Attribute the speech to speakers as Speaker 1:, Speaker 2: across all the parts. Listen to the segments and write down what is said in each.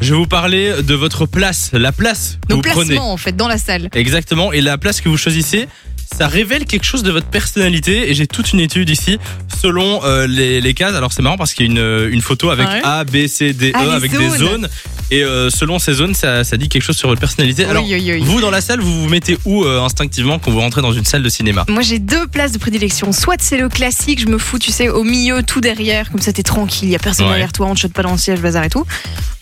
Speaker 1: Je vais vous parler de votre place, la place que
Speaker 2: Nos
Speaker 1: vous
Speaker 2: placements,
Speaker 1: prenez.
Speaker 2: en fait, dans la salle.
Speaker 1: Exactement, et la place que vous choisissez, ça révèle quelque chose de votre personnalité. Et j'ai toute une étude ici selon euh, les, les cases. Alors c'est marrant parce qu'il y a une, euh, une photo avec
Speaker 2: Ouais.
Speaker 1: A, B, C, D,
Speaker 2: Ah,
Speaker 1: E,
Speaker 2: les
Speaker 1: avec des
Speaker 2: zones.
Speaker 1: zones. Et euh, selon ces zones, ça, ça dit quelque chose sur votre personnalité. Alors
Speaker 2: Oui, oui, oui.
Speaker 1: vous dans la salle, vous vous mettez où euh, instinctivement quand vous rentrez dans une salle de cinéma
Speaker 2: Moi, j'ai deux places de prédilection. Soit c'est le classique, je me fous, tu sais, au milieu, tout derrière, comme ça t'es tranquille, y a personne
Speaker 1: Ouais.
Speaker 2: derrière toi, on te chote pas dans le siège, bazar et tout.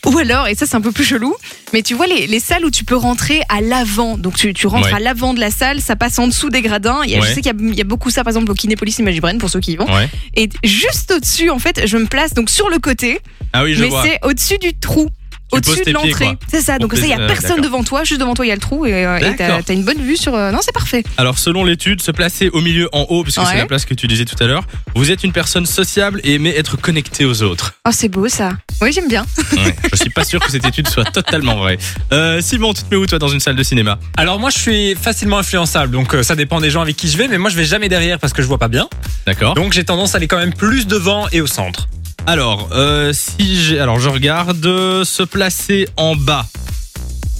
Speaker 2: Ou alors, et ça c'est un peu plus chelou, mais tu vois les, les salles où tu peux rentrer à l'avant, donc tu, tu rentres
Speaker 1: Ouais.
Speaker 2: à l'avant de la salle, ça passe en dessous des gradins. Il y a-
Speaker 1: Ouais.
Speaker 2: Je sais qu'il y a- il y, a beaucoup ça, par exemple, au Kinépolis Imagibren, pour ceux qui y vont.
Speaker 1: Ouais.
Speaker 2: Et juste au-dessus, en fait, je me place donc sur le côté,
Speaker 1: Ah oui, je
Speaker 2: mais
Speaker 1: vois.
Speaker 2: c'est au-dessus du trou.
Speaker 1: Tu poses
Speaker 2: Au-dessus de
Speaker 1: tes pieds,
Speaker 2: l'entrée.
Speaker 1: quoi.
Speaker 2: C'est ça. Donc,
Speaker 1: Pour
Speaker 2: ça, il n'y
Speaker 1: tes-
Speaker 2: a
Speaker 1: euh,
Speaker 2: personne
Speaker 1: d'accord.
Speaker 2: devant toi. Juste devant toi, il y a le trou. Et euh, et t'as
Speaker 1: D'accord.
Speaker 2: t'as une bonne vue sur. euh, Non, c'est parfait.
Speaker 1: Alors selon l'étude, se placer au milieu en haut, puisque
Speaker 2: Ouais.
Speaker 1: c'est la place que tu disais tout à l'heure, vous êtes une personne sociable et aimez être connecté aux autres.
Speaker 2: Oh, c'est beau ça. Oui, j'aime bien.
Speaker 1: Ouais, je suis pas sûr que cette étude soit totalement vraie. Euh, Simon, tu te mets où toi dans une salle de cinéma
Speaker 3: Alors moi je suis facilement influençable, donc euh, ça dépend des gens avec qui je vais, mais moi je vais jamais derrière parce que je vois pas bien.
Speaker 1: D'accord.
Speaker 3: Donc j'ai tendance à aller quand même plus devant et au centre.
Speaker 1: Alors, euh, si j'ai, alors je regarde euh, se placer en bas.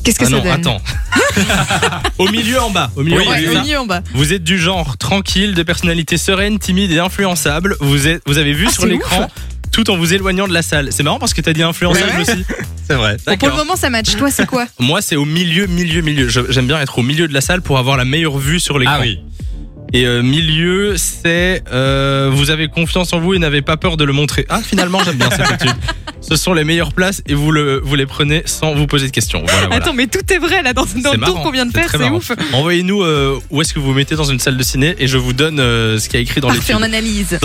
Speaker 2: Qu'est-ce que
Speaker 1: ah
Speaker 2: ça
Speaker 1: non,
Speaker 2: donne
Speaker 1: attends. au milieu en bas. Au milieu
Speaker 3: Oui,
Speaker 1: en bas.
Speaker 2: Ouais,
Speaker 1: c'est
Speaker 2: au
Speaker 1: ça
Speaker 2: milieu en bas.
Speaker 1: Vous êtes du genre tranquille, de personnalité sereine, timide et influençable. Vous êtes, vous avez vu
Speaker 2: Ah,
Speaker 1: sur
Speaker 2: c'est
Speaker 1: l'écran tout en vous éloignant de la salle. C'est marrant parce que t'as dit influençable
Speaker 2: Ouais.
Speaker 1: aussi. C'est vrai.
Speaker 2: Bon, pour le
Speaker 1: D'accord.
Speaker 2: moment, ça match. Toi, c'est quoi
Speaker 1: Moi, c'est au milieu, milieu, milieu. Je- J'aime bien être au milieu de la salle pour avoir la meilleure vue sur l'écran.
Speaker 3: Ah oui.
Speaker 1: Et euh, milieu, c'est euh, vous avez confiance en vous et n'avez pas peur de le montrer. Ah, finalement, j'aime bien cette étude. Ce sont les meilleures places et vous, le, vous les prenez sans vous poser de questions. Voilà, voilà.
Speaker 2: Attends, mais tout est vrai là dans, dans
Speaker 1: C'est
Speaker 2: le tour
Speaker 1: marrant,
Speaker 2: qu'on vient de
Speaker 1: c'est
Speaker 2: faire,
Speaker 1: très
Speaker 2: c'est
Speaker 1: marrant.
Speaker 2: ouf.
Speaker 1: Envoyez-nous euh, où est-ce que vous vous mettez dans une salle de ciné et je vous donne euh, ce qu'il y a écrit dans
Speaker 2: Parfait,
Speaker 1: l'étude.
Speaker 2: on analyse.